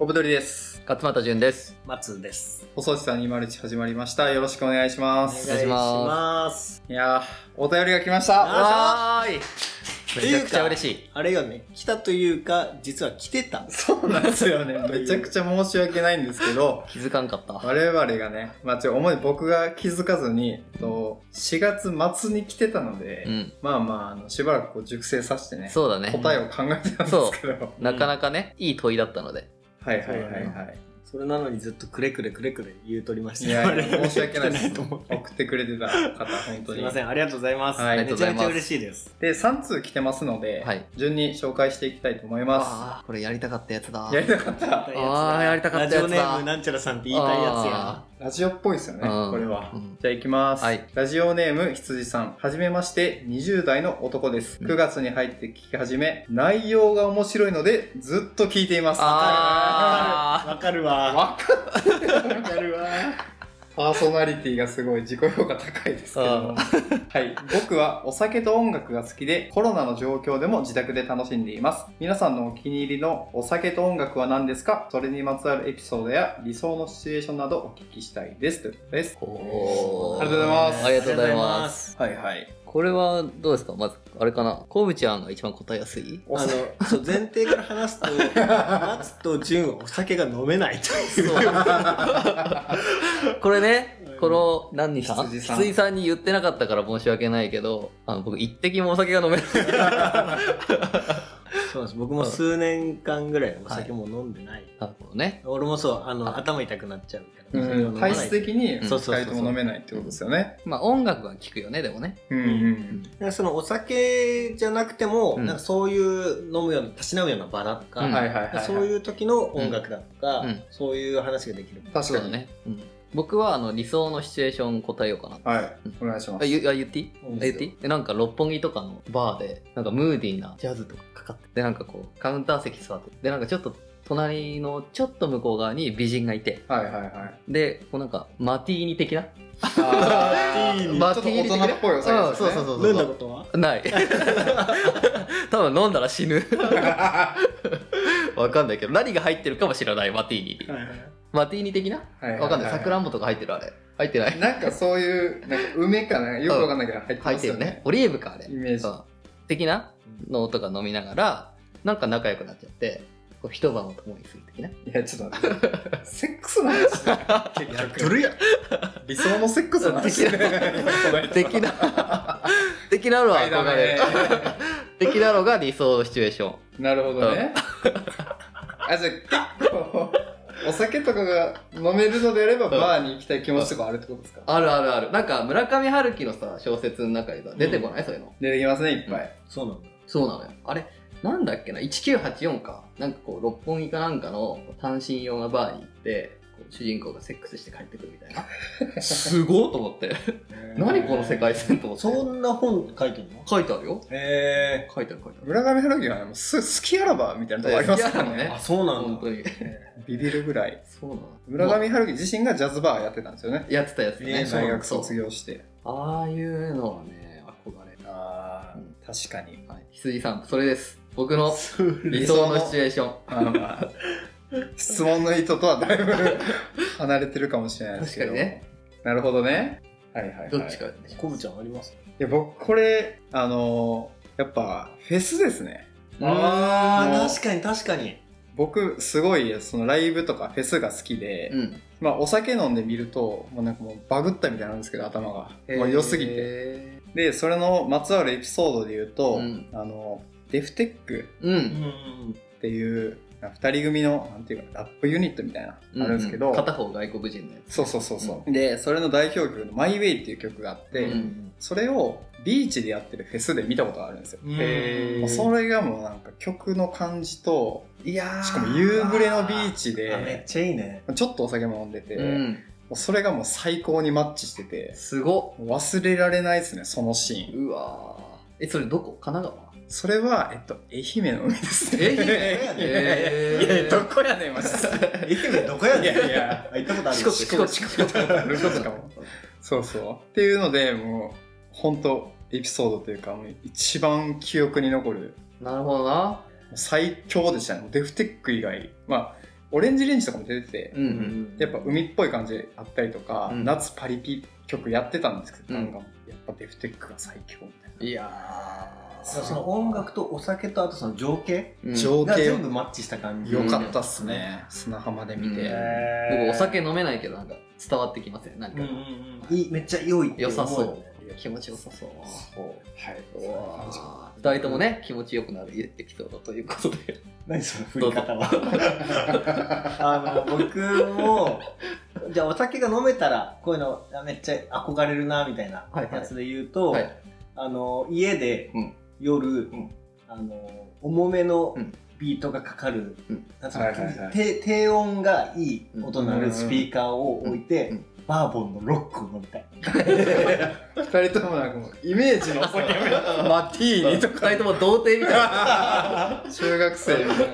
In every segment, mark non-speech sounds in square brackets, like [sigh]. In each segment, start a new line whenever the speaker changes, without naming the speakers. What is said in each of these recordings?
おぶどりです。
勝俣淳です。
松です。
細瀬さん201始まりました。よろしくお願いし
お
ます。
願いし
ます。
いやー、お便りが来ました。
あ
わ
わ
ーい
て
め
い
ちゃ
うか
くちゃ嬉しい。
あれよね、来たというか、実は来てた。
そうなんですよね。
[laughs]
めちゃくちゃ申し訳ないんですけど、
気づかんかった。
我々がね、まあ、ちょ主に僕が気づかずに、と4月末に来てたので、
うん。
まあまああの、しばらくこう熟成させてね、
そうだね。
答えを考えてたんですけど、
なかなかね、いい問いだったので。
はいはいはいはい。
それなのにずっとくれくれくれくれ [laughs] 言うとりました
い
ね。
やいや、 [laughs] 申し訳ないで
来て
す。
と思
送
う
ってくれてた方、本当
す
に。
いません、ありがとうございます。
はいあり
がと
め
うご
ち
ざ
ゃ
い
め
ます
ちゃ嬉しいです。
で、3通来てますので、
はい
順に紹介していきたいと思いま
ああ、これやりたかったやつだ。
す。やりたかった。
あーやりたかったやつだ
ラジオネームなんちゃらさんって言いたいやつや
あ。
ラジオっぽいですよね、
うん
これは。
うん
じゃあ行きます、
はい
ラジオネーム羊さん。はじめまして、20代の男です。
うん
9月に入って聞き始め、内容が面白いので、ずっと聞いています。
あー
わかるわ。
わか
わかるわ。
パーソナリティがすごい自己評価高いですけど
うん
も。はい。僕はお酒と音楽が好きで、コロナの状況でも自宅で楽しんでいます。皆さんのお気に入りのお酒と音楽は何ですかそれにまつわるエピソードや理想のシチュエーションなどお聞きしたいです。ということです。
おー
ありがとうございます
ありがとうございます。
す。
はいはい。
これはどうですかまず、あれかな。コブちゃんが一番答えやすい
あの、そう前提から話すと、松と純はお酒が飲めないという。
これね、この、何人さん
羊さん
羊さんに言ってなかったから申し訳ないけど、あの僕、一滴もお酒が飲めない。
そうなんです。僕も数年間ぐらいお酒も飲んでない。
なるほどね。
俺もそう、あの、頭痛くなっちゃうから。それを飲まない
体質的に
うん
2人とも飲めないってことですよね。
まあ、音楽は聴くよね、でもね。
うんうん。
なんかそのお酒じゃなくても、
うん
なんかそういう飲むような、たしなむような場だとか、
うん
はいはいはいはい。
そういう時の音楽だとか、
うん
そういう話ができる。
確
そう
か
だ
に。
ね。うん僕は、あの、理想のシチュエーション答えようかな。
はい。お願いしま
あ、
す。
ゆあ言っていい
うん
あ言っていいえなんか六本木とかのバーで、なんかムーディーなジャズとかかかって、で、なんかこう、カウンター席座って、で、なんかちょっと、隣のちょっと向こう側に美人がいて、
はいはいはい。
で、こうなんか、マティーニ的な
あー
いい
ちょっと大人っぽいお酒
うん
です
そう
よね。
そうそうそう。
飲んだことは
ない。 [laughs] 多分飲んだら死ぬ。 [laughs] わかんないけど、何が入ってるかも知らない、マティーニに。
[laughs]
マティーニ的な
はいはい
わかんない。さくらんぼとか入ってるあれ。入ってない。
なんかそういう、なんか梅かな、よくわかんないけど入って
入
ま
っ
す
て
よ
るね
ね。。
オリーブか、あれ。
イメージ
うん的なのとか飲みながら、なんか仲良くなっちゃって、こう一晩を共にする的な。
いや、ちょっと待って。セックスの話だよ結
やっ
局
とるやん。
理想のセックスの話だ
[laughs]
よ
的 [laughs] な、的なのは憧れる。的なのが理想シチュエーション。
なるほどね。 [laughs] あ、じゃあ結構、お酒とかが飲めるのであれば、バーに行きたい気持ちとかあるってことですか
あるあるある。なんか村上春樹のさ、小説の中にさ、出てこない、そういうの。
出てきますね、いっぱい。
そうなんだ。
そうなのよ。あれ、なんだっけな、1984か。なんかこう、六本木かなんかの単身用のバーに行って、こう主人公がセックスして帰ってくるみたいな。すごい [laughs] と思って。何この世界線と思って。
そんな本書いてるの
書いてあるよ。
へ
書いてある書いてある。
村上春樹はねもうす好きあらばみたいなとこありますから
好きあらば
ね
ね
ー。あ、そうなん
本
だ
当。に。
ビビるぐらい
そうなの。
村
も
上春樹自身がジャズバーやってたんですよね
うやってたやつ
え
ね。
ーそう
大学卒
業。
業して
ああいうのはね、憧れ。
あ
ー
確かに
はい。羊さん、それです。僕の
それ
理想のシチュエーション。
まあまあ質問の意図とはだいぶ離れてるかもしれないですけど
確かにね
なるほどねはいはい、はい、
どっちか
い
でしょ。
コブちゃんあります
や僕これあのーやっぱフェスですね
あ
もう
ー、確かに確かに。
僕すごいそのライブとかフェスが好きで、
うん。
まあお酒飲んでみるともうなんかもうバグったみたいなんですけど頭がもう良すぎて
て。
でそれのまつわるエピソードで言うと、
うん
あのデフテック
う。
うんん。
っていう2人組のなんていうかラップユニットみたいな、あるんですけど
片方外国人のやつ。
そうそうそうそう、でそれの代表曲の「マイ・ウェイ」っていう曲があって、
うん
それをビーチでやってるフェスで見たことがあるんですよ、
へー
もうそれがもうなんか曲の感じとしかも夕暮れのビーチ
あめっ
で
ちゃいいね。
ちょっとお酒も飲んでて、
う
も
ん。
うそれがもう最高にマッチしてて
すご
もう忘れられないですねそのシーン
うわーえ、それどこ神奈川
それは、えっと、愛媛の海ですね。
愛媛
え
え
[laughs] いや、
ー
ど
[laughs]
こやねん、マジで。
愛媛どこや
い
ねん。
やいや、
あ行ったことある
四国、
四
四
国
国、四国。
しかも。そうそう。っていうので、もう、本当エピソードというか、もう一番記憶に残る、
なるほどな。
最強でしたね。もうデフテック以外。まあ、オレンジレンジとかも出てて、
うんうん
やっぱ海っぽい感じあったりとか、
うん
夏パリピ曲やってたんですけど、
うん
なんかやっぱデフテックが最強みたい
いや
その音楽とお酒とあとその情景
ー、う
な、
ん
情
が
景
全部マッチした感じ
良かったっすね、砂浜で見て、
うん僕
僕
お酒飲めないけどなんか伝わってきませんなんか、
いいめっちゃ良いって
良
思
さ
うよ
そ
ね
う気持ちよさそう
そうはい
2人ともね気持ちよくなるエピソードということで
何その振り方
[laughs]
はあの僕もじゃあお酒が飲めたらこういうのあめっちゃ憧れるなみたいな
はいはい
やつで言うと、
はい
あの家で
うん
夜、
ん
あの重めの
うん
ビートがかかる、
うん
なんかその
はいはいはい
低低音がいい音のあるスピーカーを置いて、
うんうん
バーボンのロックを飲みたい
2人ともなんかもうイメージのお酒がマティーニと
2人とも童貞みたいな
[laughs] 中学生みたいな
で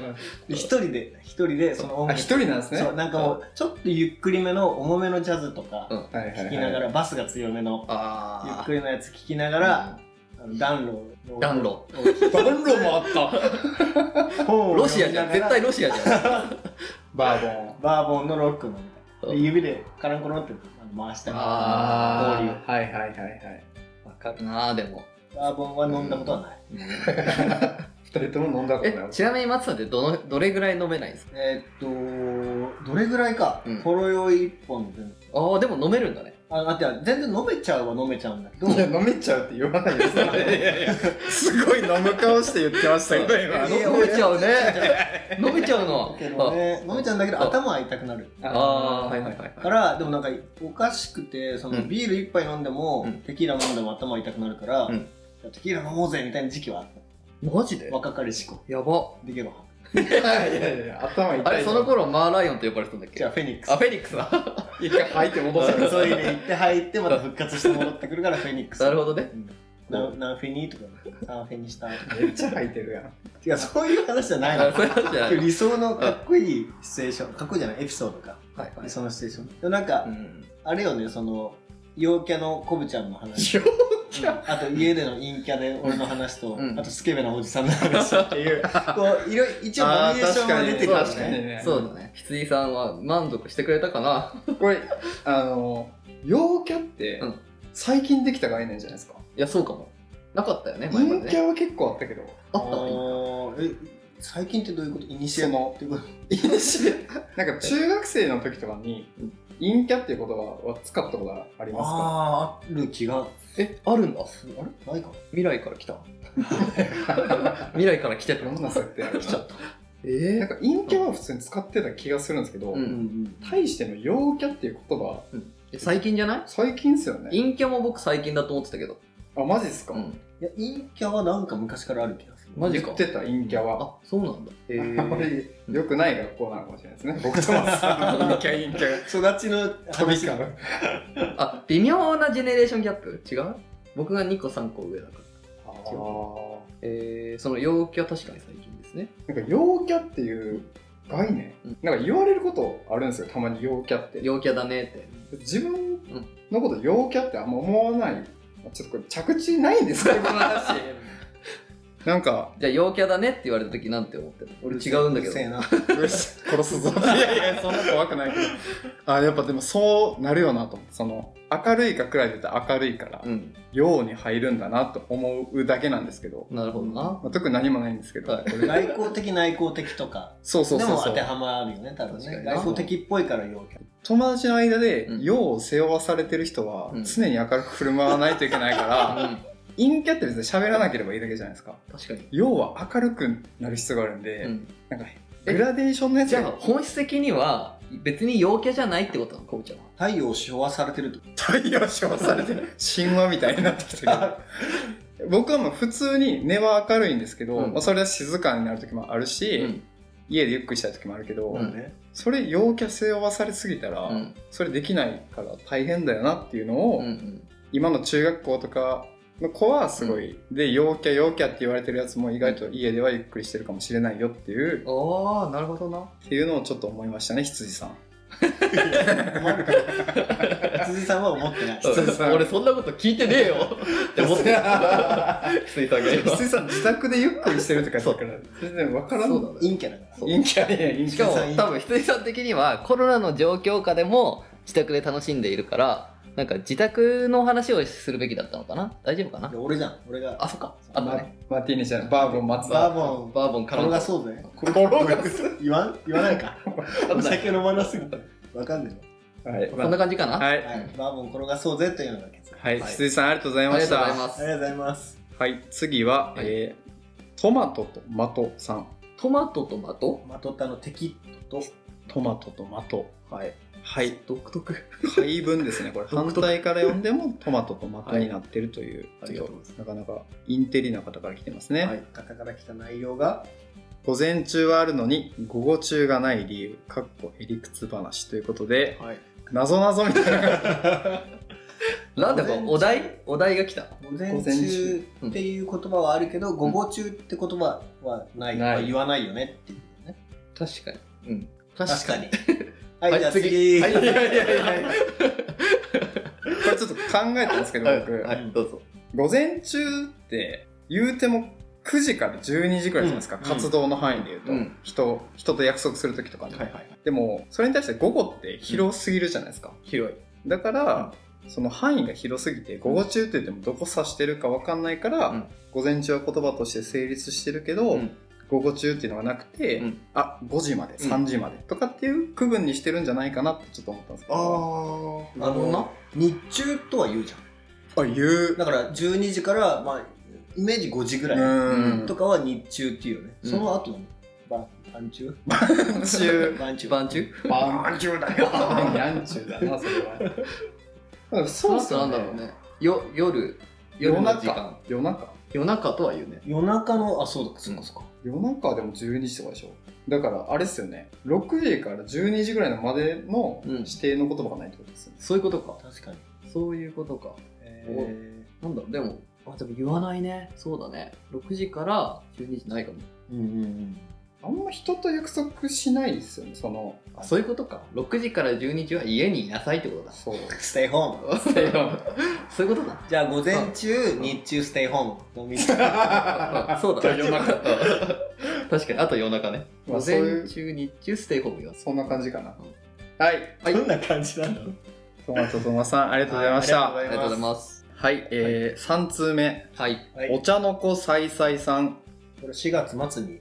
一人で一人でその音
あ
楽
一人なんですね
そうなんかもうちょっとゆっくりめの重めのジャズとか
うん
はいはいはい
聴きながら、バスが強めのゆっ
あ
くりのやつ聴きなが
あ
ら、あの暖炉の
暖炉
暖炉もあった
本
[laughs]
を
ロシアじゃん
読み
絶
ながら
対ロシアじゃん
バーボン
バーボンのロックのみたいな
そう
で指でカランコロンってあの回したり
あ
氷を
ーはいはいはいはい
わかるなあでも、
バーボンは飲んだことはない、
うん
2人とも飲んだことない
えちなみに松さんってどのどれぐらい飲めないんですか
えーっとどれぐらいか、
うん
ほろ酔い1本で
ああでも飲めるんだね
ああって全然飲めちゃうは飲めちゃうんだけ
[laughs]
ど
いや飲めちゃうって言わないですよすごい飲む顔して言ってましたけ
[laughs]
ど今
あの
飲めちゃうね飲めちゃうの
けどね飲めちゃうんだけど
そう
頭は痛くなる
ああーはいはいはいは
か
い
らでもなんかおかしくてそうの
ん
ビール一杯飲んでも、
うん
テキーラ飲んでも頭痛くなるから、
うん
じゃあテキーラ飲もうぜみたいな時期はあっ
マジで
た若かりし子
やば
できれば
いやいやいや頭痛い
あれその頃マーライオンと呼ばれてたんだっ
じ
け
ゃ
あ
あフェニックス
フェニックスだ
一回吐いて戻せる
トイレ行って入ってまた復活して戻ってくるからフェニックス
なるほどね
うんな何フェニーとか何フェニしたとか
めっちゃ吐いてるやん
いやそういう話じゃない
あ
の
そういう話じゃない
理想のかっこいいシチュエーションかっこいいじゃないエピソードか
はいは
理
い
想のシチュエーションでもなんか、
うん
あれよねその陽キャのコブちゃんの話
よ
あと家での陰キャで俺の話と、
うん
あとスケベなおじさん
[laughs]
の話っていうこういろいろ一応バリエーションが出てくる
あー
よ
確かに
ね
そうだね羊井さんは満足してくれたかな
これあの陽キャって
うん
最近できた概念じゃないですか
いやそうかもなかったよね前ま
陰
で
キ
ね
ャは結構あったけど
あ
[laughs] あ
ったの
ーえ最近ってどういうことイニシエのってこと
[laughs] なんか中学生の時とかに
うん
陰キャっていう言葉は使ったことがありますか
あーある気が
えあるんだ
するあれないかな
未来から来た未来から来てた
なんな設定ある
[laughs] 来ちゃったえ
なんか陰キャは普通に使ってた気がするんですけど、
うん
ん
対しての陽キャっていう言葉
え最近じゃない
最近っすよね
陰キャも僕最近だと思ってたけど、
あマジっすか、
うん、
いや陰キャはなんか昔からある気がする
マジ
言
か
ってた陰キャは
あそうなんだ
あんまり良くない学校なのかもしれないですね僕とはさ陰キャ陰キャ
育ちの
飛び
話
交
が
う
あ微妙なジェネレーションギャップ違う僕が2個3個上だから
あ
えー、その陽キャ確かに最近ですね
ーなんか陽キャっていう概念、
うん
なんか言われることあるんですよたまに陽キャって
陽キャだねって
自分のこと陽キャってあんま思わないちょっとこれ着地ないんですけどこの話 [laughs] なんか
じゃあ陽キャだねって言われた時なんて思ってる俺違うんだけど
るせえな
よし殺すぞ [laughs] いやいやそんな怖くないけどあやっぱでもそうなるよなと思ってその明るいか暗いで言ったら明るいから
うん
陽に入るんだなと思うだけなんですけど、
なるほどな
まあ、特に何もないんですけど、
はい
これ
外交的内向的とか
そうそう
で
そう
も
そ
当
う
てはまるよね多分
確か
ね
に
外交的っぽいから陽キャ
友達の間で
うん
陽を背負わされてる人は
うん
常に明るく振る舞わないといけないから、 [laughs]
う
陰キャって別に喋らなければいいだけじゃないですか
ん確かに、
陽は明るくなる必要があるんで、
うん、
なんかグラデーションのやつ
じ
が
ゃあ本質的には別に陽キャじゃないってことなのこぶちゃんは
太陽を昭和されてると
太陽照射され [laughs] てる神話みたいになってきてる僕はもう普通に根は明るいんですけど、
うん
まあ、それは静かになる時もあるし、
うん
家でゆっくりしたい時もあるけど、
うん
ね
それ陽キャ性を負わされすぎたら、
うん
それできないから大変だよなっていうのを、
うんうん
今の中学校とかの子はすごい、で陽キャ陽キャって言われてるやつも意外と家ではゆっくりしてるかもしれないよっていう、
ああなるほどな [laughs]
っていうのをちょっと思いましたね羊さん
思わぬから辻さんは思ってない。
羊さん
俺そんなこと聞いてねえ [laughs] よって思ってた。羊さんが今
筒井さん自宅でゆっくりしてるって感じだから全然わからん
そうだね
陰キャだから。
そう
陰キャいや陰
[laughs] し
キ
か
ャ
も多分羊さん的にはコロナの状況下でも自宅で楽しんでいるからなんか自宅の話をするべきだったのかな大丈夫かない
や俺じゃん、俺が。
あそっかあの
マ
ね
マティーニじゃないバーボン松
バ
田
ーボン、
バーボンから
転がそうぜ。
転がす
言わん言わないか。お酒飲まなすぎて。わかんない。
はい
こんな感じかな、
はい
はい、バーボン転がそうぜというのが結論
はい
はい
筒井さんありがとうござい
あ
ま
りが
し
とうござい
た
ます
ありがとうございます。
はい次は
はい
えートマトとマトさん
トマトとマト
まとったの敵と、
トマトとマト
はい
はい
独特
配分ですねこれ
独
反
特
対から読んでもトマトとマトになってるという、
はいありがとうござい
なかなかインテリな方から来てますね、
はい、方から来た内容が、
午前中はあるのに午後中がない理由かっこへりくつ話ということで
[laughs] はい、
謎謎みたいな
なんだかお題お題が来た
午前中っていう言葉はあるけど、午後中って言葉はない、
ない
まあ言わないよねっていうね。
確かにうん
確
確
か
か
に
に。
はい、じゃあ次。
はい
いやいやいや
[laughs]
これちょっと考えたんですけど僕、
はいはいどうぞ
午前中って言うても9時から12時くらいじゃないですか、
うん
活動の範囲で言うと、
うん
人人と約束する時とかに、
はいはい
でもそれに対して午後って広すぎるじゃないですか、
広い
だから、その範囲が広すぎて午後中って言ってもどこ指してるか分かんないから、
うん
午前中は言葉として成立してるけど、
うん
午後中っていうのがなくて、
うん
あ5時まで
うん
3時までとかっていう区分にしてるんじゃないかなってちょっと思ったんですけ
あ
ど、
ー
なるほどな
日中とは言うじゃん。
あ言う
だから12時から、まあ、イメージ5時ぐ
う
らい
ん
とかは日中っていうよね。
うん
その後の晩晩中
晩 [laughs] 中
[laughs] 晩中。
晩中
晩中だよ晩中だなそれはだからそうっす
そ
よね
の後なんだろうねよ夜夜の時間
夜中
夜中とは言うね
夜中の、あ、そうだ、そっかそっか。
夜中はでも12時とかでしょだからあれっすよね6時から12時ぐらいのまでの
うん
指定の言葉がないってことですよね、
そういうことか
確かに。
そういうことか
え
なんだろうでもあでも言わないねそうだね6時から12時ないかも
ー、うんうん
あんま人と約束しないですよねその
あそういうことか6時から12時は家にいなさいってこと
[laughs]
だ [laughs]
そう
うん。ステイホーム。
そういうことだ
じゃあ午前中、日中ステイホームのみんな。
あそうだ夜中確かにあと夜中ね
ま
午
あそういう
前中日中ステイホームよ
そんな感じかなはい
はい
んな感じなの
トマトトマさんありがとうございました
は
あ
はい
りがとうございます
えー、3通目
はい
はい、
お
こ
茶の子さいさいさん
れ4月末に。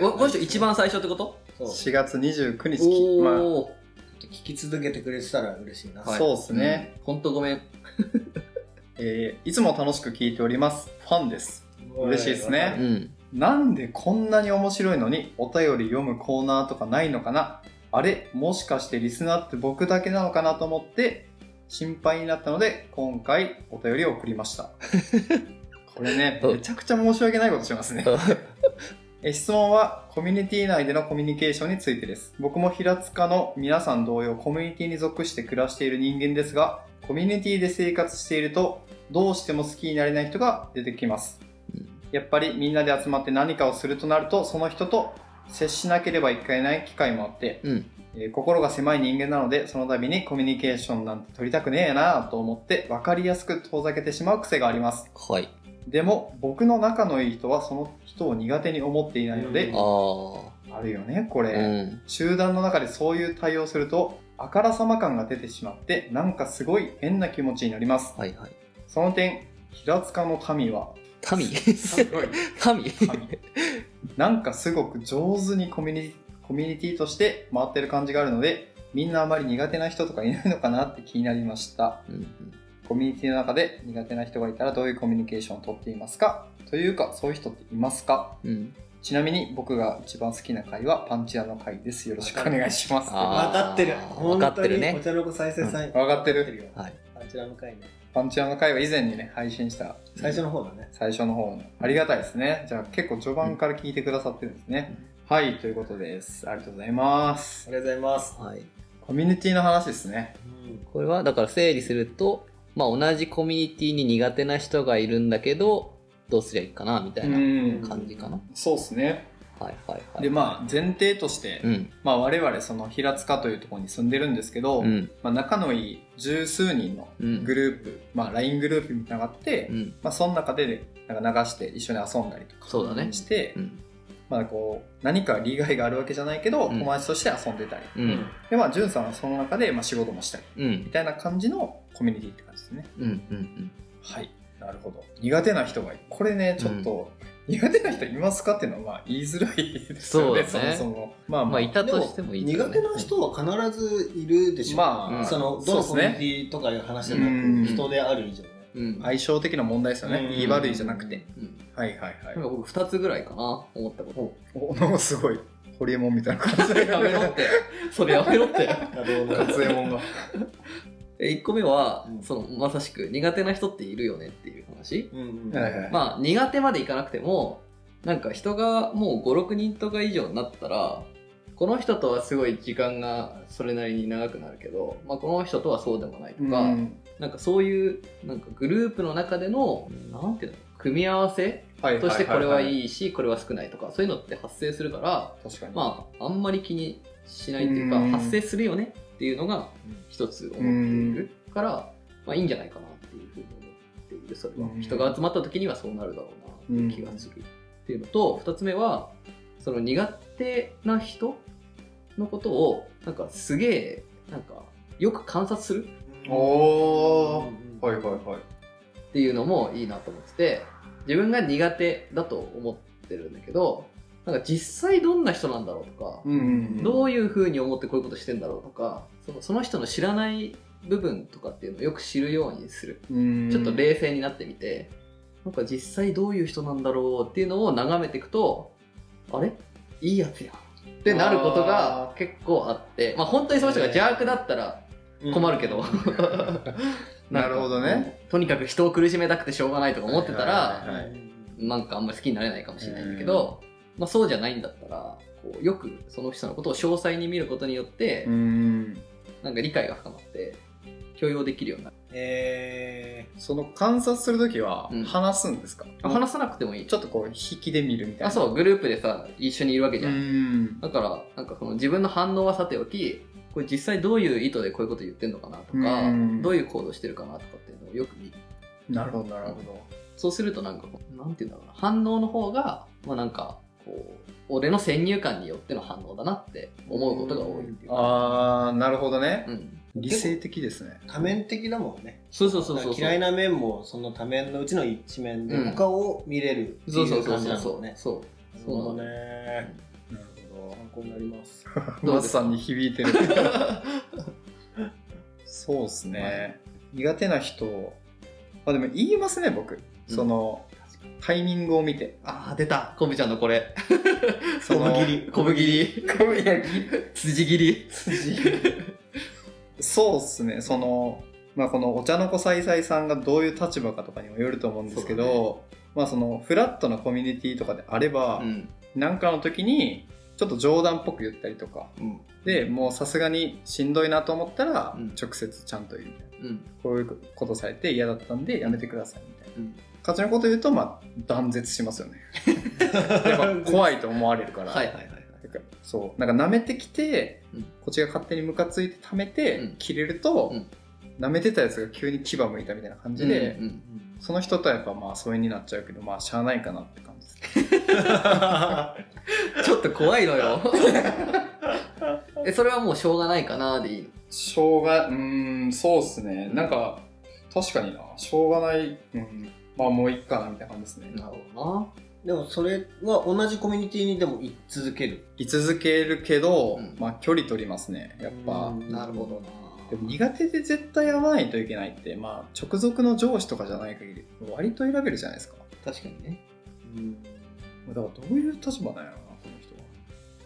わこの人一番最初ってこと
そう。
4月29日き、ま
おお、
聞き続けてくれてたら嬉しいな。
あ、そうですね、
ほんとごめん
えーいつも楽しく聞いておりますファンです嬉しいです
う
ね
ん
なんでこんなに面白いのにお便り読むコーナーとかないのかなあれもしかしてリスナーって僕だけなのかなと思って心配になったので今回お便りを送りましたこれね
うん
めちゃくちゃ申し訳ないことしますねえ質問はコミュニティ内でのコミュニケーションについてです僕も平塚の皆さん同様コミュニティに属して暮らしている人間ですがコミュニティで生活しているとどうしても好きになれない人が出てきますやっぱりみんなで集まって何かをするとなるとその人と接しなければいけない機会もあって、
うん
えー心が狭い人間なのでその度にコミュニケーションなんて取りたくねえなと思って分かりやすく遠ざけてしまう癖があります
はい
でも僕の仲のいい人はその人を苦手に思っていないので
う
あ、あ
あるよねこれ、
うん
集団の中でそういう対応するとあからさま感が出てしまってなんかすごい変な気持ちになります
はいはい
その点平塚の民は
民
すごい
民
なんかすごく上手にコミュニコミュニティとして回ってる感じがあるのでみんなあまり苦手な人とかいないのかなって気になりました
うんうん
コミュニティの中で苦手な人がいたらどういうコミュニケーションをとっていますかというかそういう人っていますか
うん
ちなみに僕が一番好きな回はパンチ屋の回ですよろしくお願いします
あ
わ
ー
分かってる。
分かってるね
本当にお茶の子再生さん。
かってる
よ。
はい
あちらの回ね。
パンチ屋の回は以前にね配信した
最初の方だね。
最初の方のありがたいですねじゃあ結構序盤から聞いてくださってるんですね、はいということですありがとうございます
ありがとうございます。
はい
コミュニティの話ですね。
うん
これはだから整理すると、まあ、同じコミュニティに苦手な人がいるんだけどどうすりゃいいかなみたいなん感じかな、
そうですね。
はいはいはい。
でまあ前提として、
うん。
まあ、我々その平塚というところに住んでるんですけど、
うん。
まあ、仲のいい十数人の
うん。
グループ、まあ、LINE グループみたいなのがあって、
うん。
まあ、その中でなんか流して一緒に遊んだりとか
そうだね。
して、
うん。
まあ、こう何か利害があるわけじゃないけど、
うん
友達として遊んでたり
うん。
でまあ潤さんはその中でまあ仕事もしたり
うん
み。たいな感じのコミュニティって感じですね
うん。うん。
はいなるほど苦手な人がいるこれねちょっと、苦手な人いますかっていうのはまあ言いづらいですよね
そうだね
もそもまあ
まあ、いた
で
と
も
してもいいけど
苦
ね
手な人は必ずいるでしょ、
まあ
うん
そのどのコミュニティとかいう話じゃ
うん
なく人である以上ね
うん。
相性的な問題ですよね、
うん
言い悪いじゃなくて、
うん。
はいはいはい
なんか僕2つぐらいかな思ったこと。
おなんかすごいホリエモンみたいな感じで
やめろって。 [laughs] それやめろって。 [laughs]
多動の
活エモンが
1個目は
う、ん
そのまさしく苦手な人っているよねっていう話。
うんうん
はいはい
まあ苦手までいかなくても、なんか人がもう5、6人とか以上になったら、この人とはすごい時間がそれなりに長くなるけど、まあ、この人とはそうでもないとか、
うん
なんかそういうなんかグループの中でのなんていうの組み合わせ
はい
としてこれはい
い
いしこれは少ないとかそういうのって発生するから
確かに、
まああんまり気にしないっていうか
うん
発生するよねっていうのが一つ思っているからまあいいんじゃないかなっていうふうに思っているそれは
うん
人が集まった時にはそうなるだろうなっていう気がするっていうのと二つ目はその苦手な人のことをなんかすげえなんかよく観察する
おおーはいはいはい
っていうのもいいなと思ってて自分が苦手だと思ってるんだけどなんか実際どんな人なんだろうとか、
うんうん
どういうふうに思ってこういうことしてんだろうとかそのその人の知らない部分とかっていうのをよく知るようにする
うん
ちょっと冷静になってみて、なんか実際どういう人なんだろうっていうのを眺めていくとあれいいやつやんってなることが結構あってまあ本当にその人が邪悪だったら困るけ [laughs] ど、
なるほどね
とにかく人を苦しめたくてしょうがないとか思ってたら、
はいはい
なんかあんまり好きになれないかもしれないんだけど、まあ、そうじゃないんだったらこうよくその人のことを詳細に見ることによって、
うん
なんか理解が深まって許容できるようになる
え
その観察するときは
うん
話すんですか、
あ話さなくてもいい
ちょっとこう引きで見るみたいな
あそうグループでさ一緒にいるわけじゃ、
うんん
だからなんかその自分の反応はさておきこれ実際どういう意図でこういうこと言ってんのかなとか、
うん
どういう行動してるかなとかっていうのをよく見る
なるほどなるほど
そうするとなんかこう、なんていうんだろうな、反応の方が、まあなんか、こう、俺の先入観によっての反応だなって思うことが多いっていうか。
ああなるほどね
うん。
理性的ですね
ー多面的だもんね
そうそうそうそうそう。
嫌いな面もその多面のうちの一面で
うん
他を見れるって
そう
い
そう
う
そう
感じ
そう
なんだ
そ
もん
う、
ね
そう。
なるほ
そう
ど
な
ね
なるほ
参考になります
ど
どう
マ
で
ス
すか
さんに響いてるそうですね、苦手な人あでも言いますね僕その、タイミングを見て
あー、出た。コブちゃんのこれ。
その
小ぶ切り
コブ切り。
小ぶ切り
辻切り。
そうっすねその、まあ、このお茶の子さいさいさんがどういう立場かとかにもよると思うんですけど、まあそのフラットなコミュニティとかであれば
う、ん。
なんかの時にちょっと冗談っぽく言ったりとか
うん。
でもうさすがにしんどいなと思ったら
うん
直接ちゃんと言うみたいな、
うん。
こういうことされて嫌だったんでやめてくださいみたいな
うん。
勝ちのこと言うとまあ断絶しますよねやっぱ怖いと思われる
[laughs]
から、
はいはいはいはい。
なんかそうなんか舐めてきて、
うん
こっちが勝手にムカついて溜めて、
うん
切れると、
うん
舐めてたやつが急に牙むいたみたいな感じで、
うんうん
その人とはやっぱまあ疎遠になっちゃうけどまあしゃあないかなって感じです
ちょっと怖いの [laughs] よ。え、それはもうしょうがないかなでいいの
しょうがうーんそうっすねなんか確かになしょうがない、うん、まあもういっかなみたいな感じですね
なるほ
[laughs] でもそれは同じコミュニティにでも居続ける
居続けるけど、
うん
まあ距離取りますねやっぱ
うん
どな。なるほどな。
でも苦手で絶対会わないといけないってまあ直属の上司とかじゃない限り割と選べるじゃないですか
確かにね。
だからどういう立場なんやろうなこの人は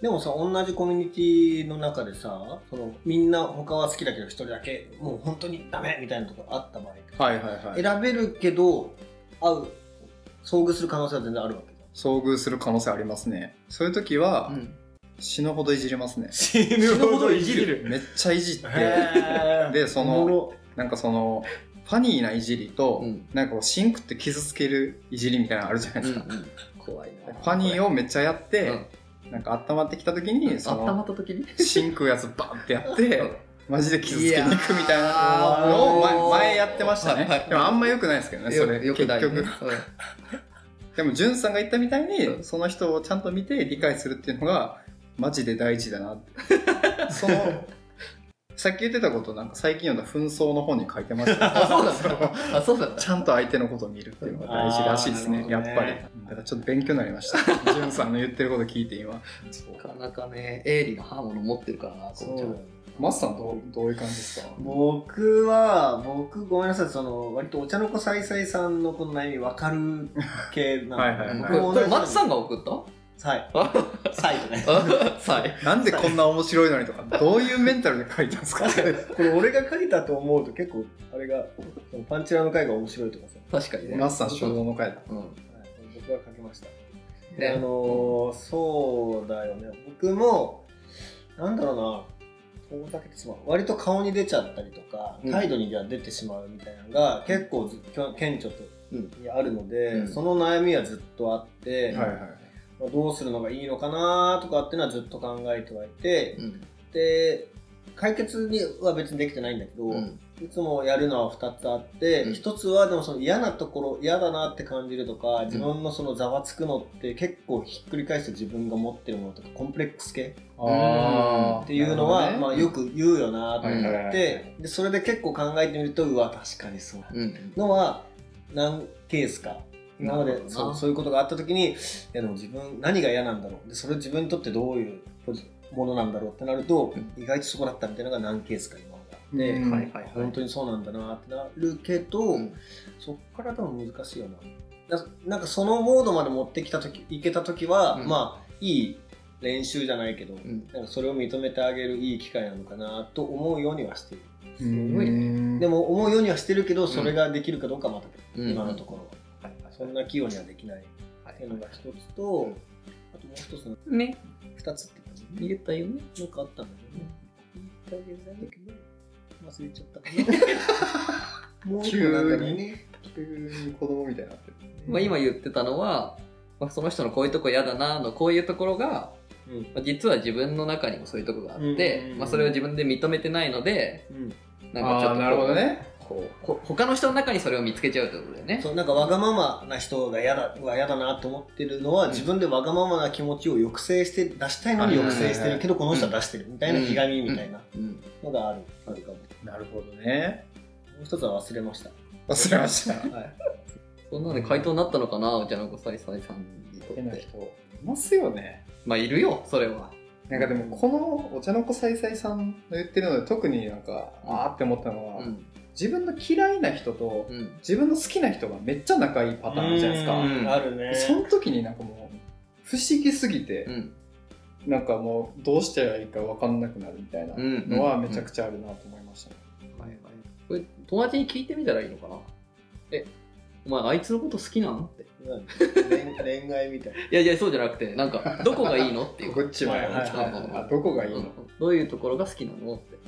でもさ同じコミュニティの中でさそのみんな他は好きだけど一人だけもう本当にダメみたいなとこあった場合、
はいはいはい
選べるけど会う遭遇する可能性は全然あるわけじゃん
遭遇する可能性ありますねそういう時は
うん。
死ぬほどいじりますね、
[laughs]
死
ぬほどいじる
めっちゃいじって
へー
でその
おもろ
なんかそのファニーないじりと、
うん
なんかこうシンクって傷つけるいじりみたいなのあるじゃないですか、
怖いな。
ファニーをめっちゃやって、
うん
なんか温まってきた時に、そ
温ま
の、
った時に
シンクやつバンってやって、マジで傷つけに行くみたい
や
な
ー
のを
も
前
う
前やってました
はいは
ね
い。
でもあんま良くないですけどね、それ。
よく
結
ないね
局。でも、ジュンさんが言ったみたいに、
うん
その人をちゃんと見て理解するっていうのが、マジで大事だなって。その、さっき言ってたこと、なんか最近読んだ紛争の本に書いてました、
あそうなんだあそうな
[laughs]
んだ
ちゃんと相手のことを見るっていうのが大事らしいですね、
あー
や
な
っ
るほ
ぱ
ど
り
ね。
だからちょっと勉強になりました。ジュンさんの言ってること聞いて今。
なかなかね鋭利な刃物持ってるからなと思っちゃう
マスさんどうどういう感じですか
僕は、僕、ごめんなさい、その、割とお茶の子さいさいさんのこの悩み分かる系なの。
はいはいはい
こ
僕
れ
も
こ
同
れ
じな
松さんが送った
はい。
あ
サイとね。
あさい
なんでこんな面白いのにとか、どういうメンタルで書いたんですか
確かに、これ俺が書いたと思うと結構、あれが、そのパンチラの回が面白いとかさ。
確かにね
マスさん初動の回だ。
うん
はい、僕は書きました。
ね
であのーそうだよね。僕も、なんだろうな、遠ざけてしまう。割と顔に出ちゃったりとか、
うん
態度に出てしまうみたいなのが、結構ずきょ顕著
うん
にあるので、
うん
その悩みはずっとあって、
はいはい。
まあどうするのがいいのかなとかっていうのはずっと考えてはいて、
うん
で、解決には別にできてないんだけど、
うん
いつもやるのは2つあって、
うん
一1つはでもその嫌なところ嫌だなって感じるとか自分のそのざわつくのって結構ひっくり返して自分が持ってるものとかコンプレックス系
あー
っていうのは、まあ、よく言うよなと思って、
はいはいはい
でそれで結構考えてみるとうわ確かにそう
うん
のは何ケースか今ま
なる
で
ほどな
そうそういうことがあった時にいやでも自分何が嫌なんだろうでそれ自分にとってどういうポジものなんだろうってなると、
うん
意外とそこだったみたいなのが何ケースか今まであって。
うん
はいはいはい
本当にそうなんだなってなるけど、
うん
そっからでも難しいよなななんかそのモードまで持ってきた時いけた時は、
うん
まあいい練習じゃないけど、
うん
なんかそれを認めてあげるいい機会なのかなと思うようにはしている、
す
ごい
ね
でも思うようにはしてるけどそれができるかどうかはまた、
うん
今のところは、そんな器用にはできない
はい
っていうのが一つと、
ん
あともう一つの
ね
二つって感じ
入れたよね
なんかあったんだけどね。言いたいだけど、忘れちゃったか
[laughs]
な。もう一個なんかね。
急に子供みたいになってる。
まあ、今言ってたのは、まあ、その人のこういうとこ嫌だなのこういうところが、
うん。
まあ、実は自分の中にもそういうとこがあって、
うんうんうん
まあ、それを自分で認めてないのでなんかちょっ
あ
と
あ、なるほどね。
こうこ他の人の中にそれを見つけちゃうってことだよね
そうなんかわがままな人が嫌だは嫌だなと思ってるのは、
うん
自分でわがままな気持ちを抑制して出したいのに抑制してるけど、この人は出してるみたいなひがみみたいな
うん
のがある,、あるかもも
なるほどね。
う一つは忘れました
忘れました。
はい
そんなので回答になったのかなお茶の子さいさいさんにとっ
変な
て
人、いますよね。
まあいるよそれは
なんかでもこのお茶の子さいさいさんの言ってるので特になんかあーって思ったのは、
うん
自分の嫌いな人と
うん
自分の好きな人がめっちゃ仲いいパターンじゃないですか、
うん
あるね
その時になんかもう不思議すぎて
う、ん
なんかもうどうしたらいいか分かんなくなるみたいな
うん
のはめちゃくちゃあるなと思いましたね、
はいはいこれ友達に聞いてみたらいいのかなえお前あいつのこと好きなのって
うん恋恋愛みたい
いやいやそうじゃなくてな
[laughs]
んかどこがいいのっていう
こっちは,、
はいはいはい
あどこがいいの、
うんどういうところが好きなのって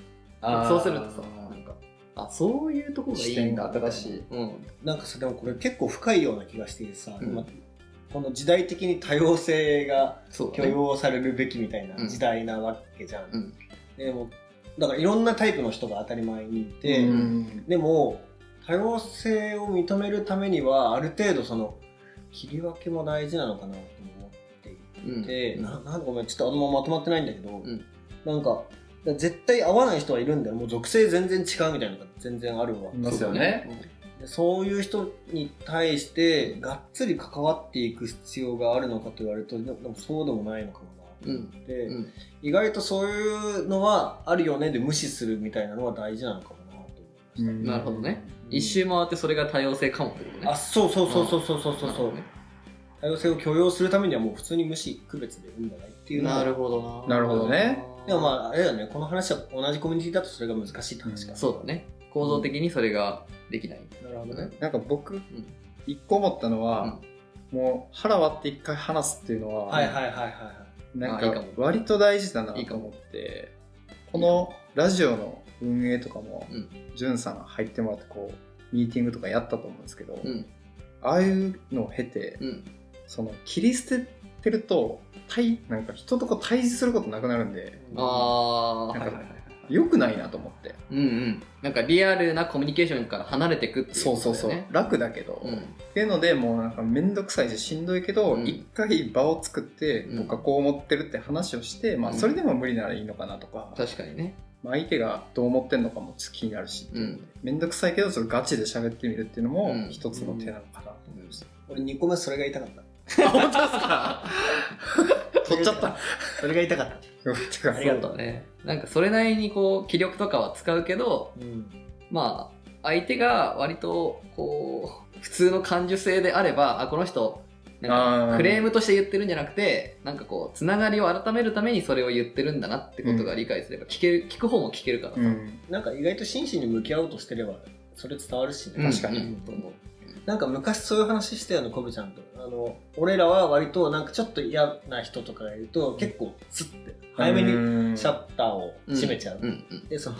あー
そうするとさなんかあそういうところがいい
視
んだ
点が新しい
うん、
なんかさでもこれ結構深いような気がしていてさ、
うん
今この時代的に多様性が
そうだ
許
ね
容されるべきみたい
うん
な時代なわけじゃん、
うん
でもだからいろんなタイプの人が当たり前にいて、
うん
でも多様性を認めるためにはある程度その切り分けも大事なのかなと思ってい
うん
て、
うん
ななんかごめんちょっとあんままとまってないんだけど、
ん
なんか絶対合わない人はいるんだよもう属性全然違うみたいなのが全然あるわ
いますよね、
でそういう人に対してがっつり関わっていく必要があるのかと言われるとでもでもそうでもないのかも
う
なと
ん
思って、
うん
意外とそういうのはあるよねで無視するみたいなのは大事なのかもなと思いました、
なるほどね
うん
一周回ってそれが多様性かもってことね
あそうそうそうそうそうそうそうそう、
なる
多様性を許容するためにはもう普通に無視区別でいいんじゃないっていうのは
ほど
なるほどね
でもまああれだよねこの話は同じコミュニティだとそれが難しいって話か、
うん
そうだね構造的にそれができない、
なるほどね
なんか僕一個思ったのは、もう腹割って一回話すっていうのは、
はいはいはいはいはい
なん
あいいか
か
も
割と大事だない
い
と
かも
思ってこのラジオの運営とかも
うん
じゅんさんが入ってもらってこうミーティングとかやったと思うんですけど、
うん
ああいうのを経て
うん
その切り捨てってると対なんか人とこう対峙することなくなるんでなんか
あー、はいはいはい
良くないなと思って
うんうん。なんかリアルなコミュニケーションから離れていくっていう
そう
こと
そう
だよ
そう、
ね。
楽だけど、
う
っ
ん。
ていうのでもうなんか面倒くさいししんどいけど
うん
一、回場を作って、
うん
僕はこう思ってるって話をして、まあ、
うん
それでも無理ならいいのかなとか、
確かにね。
まあ、相手がどう思ってんのかもちょっと気になるしっていうので、面倒くさいけどそれガチで喋ってみるっていうのも
うん
一つの手なのかなと思いました、
俺2個目それが痛かった
本当ですか
取っちゃった
それが痛かった、
てか
ありがとう
そうね。なんかそれなりにこう、気力とかは使うけど、
うん、
まあ、相手が割と、こう、普通の感受性であれば、あ、この人、なん
あー
かクレームとして言ってるんじゃなくて、なんかこう、つながりを改めるためにそれを言ってるんだなってことが理解すれば、聞ける、聞く方も聞けるからさ。
うん、
なんか意外と真摯に向き合おうとしてればそれ伝わるしね、
うん
確かに
うんと思う。
なんか昔そういう話したよねコブちゃんとあの俺らは割となんかちょっと嫌な人とかがいると結構スッて早めに
に
シャッターを閉めちゃう、
うんうん。
でその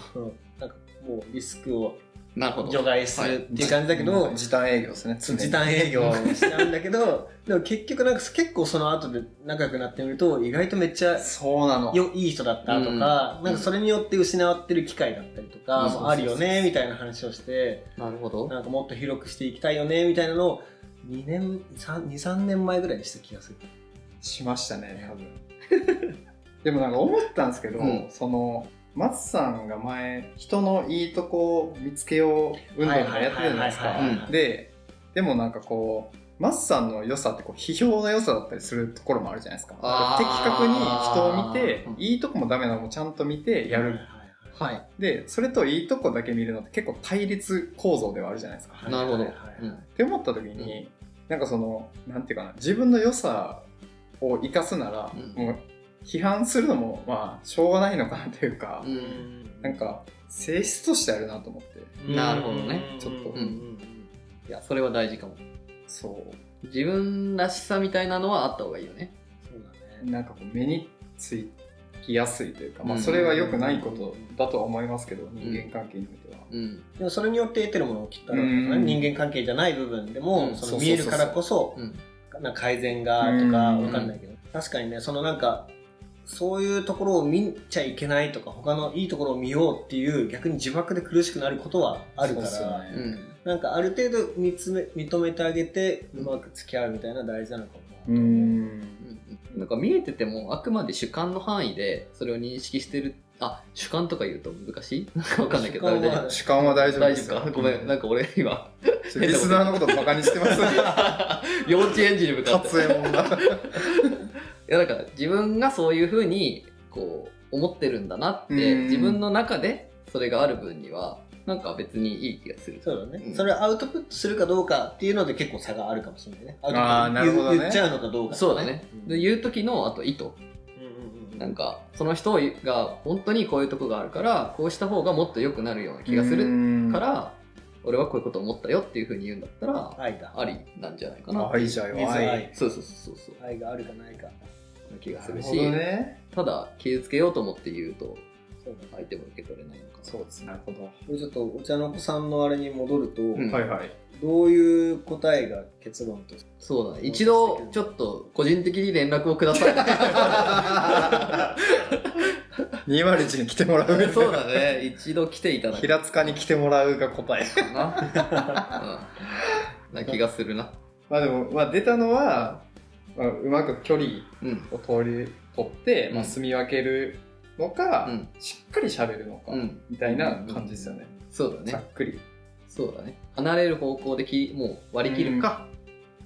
なんかもうリスクを
なるほど。
除外するっていう感じだけど、
時短営業ですね
そう時短営業をしちゃうんだけどでも結局なんか結構その後で仲良くなってみると意外とめっちゃ
そうなの
よいい人だったと
う
か,、
ん
なんかそれによって失わってる機会だったりとか
うん
もあるよねみたいな話をして
なるほど。
なんかもっと広くしていきたいよねみたいなのを2年23年前ぐらいにした気がする
しましたね多分 [laughs] でもなんか思ったんですけど、
うん
その松さんが前人のいいとこを見つけよう運動とかやってるじゃないです
はい
はいはい
か
はい
ででもなんかこう松さんの良さってこう批評の良さだったりするところもあるじゃないですか
あ
的確
ー
に人を見ていいとこもダメなのもちゃんと見てやる、
はいはい
でそれといいとこだけ見るのって結構対立構造ではあるじゃないですか
はい
なるほど
はいはいは
っ
い
て思った時に、なんかそのなんていうかな自分の良さを生かすなら、
うん
もう批判するのもまあしょうがないのかなというか、
うん。
なんか性質としてあるなと思って
なるほどね
うん
ちょっと
うんうん
いや、それは大事かも。
そう
自分らしさみたいなのはあった方がいいよね。
そうだね
なんかこう目につきやすいというか、まあ、
うん
それは良くないことだとは思いますけど、人間関係においては。
うん。
でもそれによって得てるものをきっとあるわけだ
う
ね
ん
人間関係じゃない部分でも、
うん
そ
そうそうそう
の
そう
見えるからこそ
うん。
なんか改善がとか
うん
わかんないけど、確かにねそのなんかそういうところを見ちゃいけないとか他のいいところを見ようっていう逆に自爆で苦しくなることはあるから、
そうっすよね
うん。
なんかある程度見つめ認めてあげて
う
うんまく付き合うみたいなの大事なのかもな、
うん
うんなんか見えててもあくまで主観の範囲でそれを認識してるあ主観とか言うと難しいなん [laughs] かわかんないけど
主観は
あれ
主観は大丈夫
大
で
丈
す
夫かごめんなんか俺今 [laughs]
ちょっとリスナーのことバカにしてます
幼稚園児に向かってい
[laughs] 発煙もな
やだから自分がそういうふうにこう思ってるんだなって
うん
自分の中でそれがある分にはなんか別にいい気がする
そうだね、
うん
それをアウトプットするかどうかっていうので結構差があるかもしれないねアウトプット
あーなるほどね
言っちゃうのかどうかと
そう
か
だね、
うん
で言う時のあと意図
うんうんうん
なんかその人が本当にこういうとこがあるからこうした方がもっと良くなるよ [laughs] うな気がする
る
から、俺はこういうこと思ったよっていうふうに言うんだったら、
愛だ
ありなんじゃないかな。
愛じゃよ
水
愛
愛
そうそうそうそう。
愛があるかないか
な気がす
な
る
る
し、
ほどね
ただ傷つけようと思って言うと、
そうだね
相手も受け取れないのかな。
そうですなるほど
これちょっとお茶の子さんのあれに戻ると、
ん
はいはい [laughs]
どういう答えが結論として
そうだね。一度、ちょっと個人的に連絡をくださ
[laughs] 201に来てもらうみたい
い。
な
そうだね。一度来ていただけ
平塚に来てもらうが答え [laughs]
たかな。うん、な気がするな。
まあでも、まあ、出たのは、まあ、うまく距離
うん。
を取り取って、
うん
まあ、住み分けるのか、
うん。
しっかり喋るのか、
うん。
みたいな感じですよね、
そうだ
ざ
ね
っ。くり
そうだね。離れる方向でき、もう割り切るか、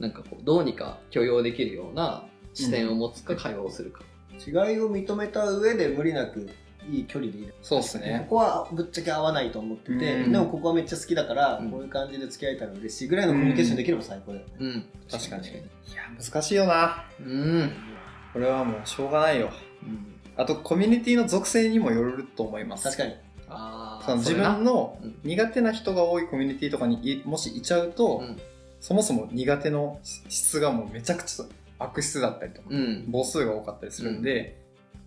なんかこう、どうにか許容できるような視点を持つか、会話をするか。
違いを認めた上で無理なくいい距離でいる、
そうです
ここはぶっちゃけ合わないと思ってて、
うん
でもここはめっちゃ好きだから、
うん
こういう感じで付き合えたら嬉しいぐらいのコミュニケーションできれば最高だよね、
うん。
確かにいや難しいよな
うん。
これはもうしょうがないよ
うん、
あとコミュニティの属性にもよると思います
確かに
あ
その自分
の、
の
うん
苦手な人が多いコミュニティとかにいもしいちゃうと、
うん
そもそも苦手の質がもうめちゃくちゃ悪質だったりとか
うん、
母数が多かったりするんで、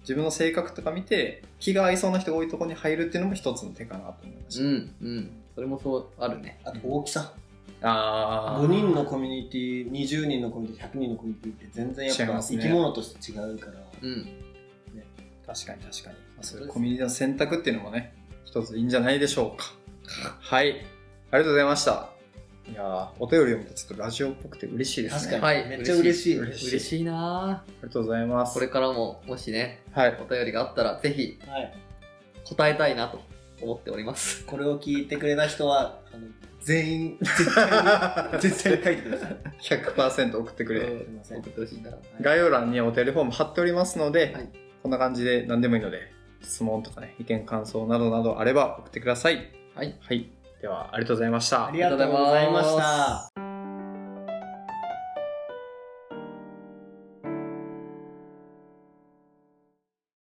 自分の性格とか見て気が合いそうな人が多いところに入るっていうのも一つの手かなと思いまし
うん、うん、それもそうあるね。
あと大きさ
あ
5人のコミュニティ20人のコミュニティ100人のコミュニティって全然やっ
違い
ぱ
ます
生
ね
き物として違うから、
うん。
あ、確かに確かに。まあそういうコミュニティの選択っていうのもね、一ついいんじゃないでしょうか。はい。ありがとうございました。いやーお便り読むとちょっとラジオっぽくて嬉しいですね。
確かに、
はい
めっちゃ嬉しい
嬉しい
嬉しいな
ありがとうございます。
ぁこれからも、もしね、
はい。
お便りがあったら、ぜひ
はい、
答えたいなと思っております。
これを聞いてくれた人はあの全員絶対に絶対に書いてください
100%送ってくれ。
すいま
[laughs]
せ
送
ん
ってほしいな。
概要欄にお便りフォーム貼っておりますので、
はい
こんな感じで何でもいいので、質問とかね、意見、感想などなどあれば送ってください。
はい。
はい。では、ありがとうございました。
ありがとうございまし
ありがとうござい
た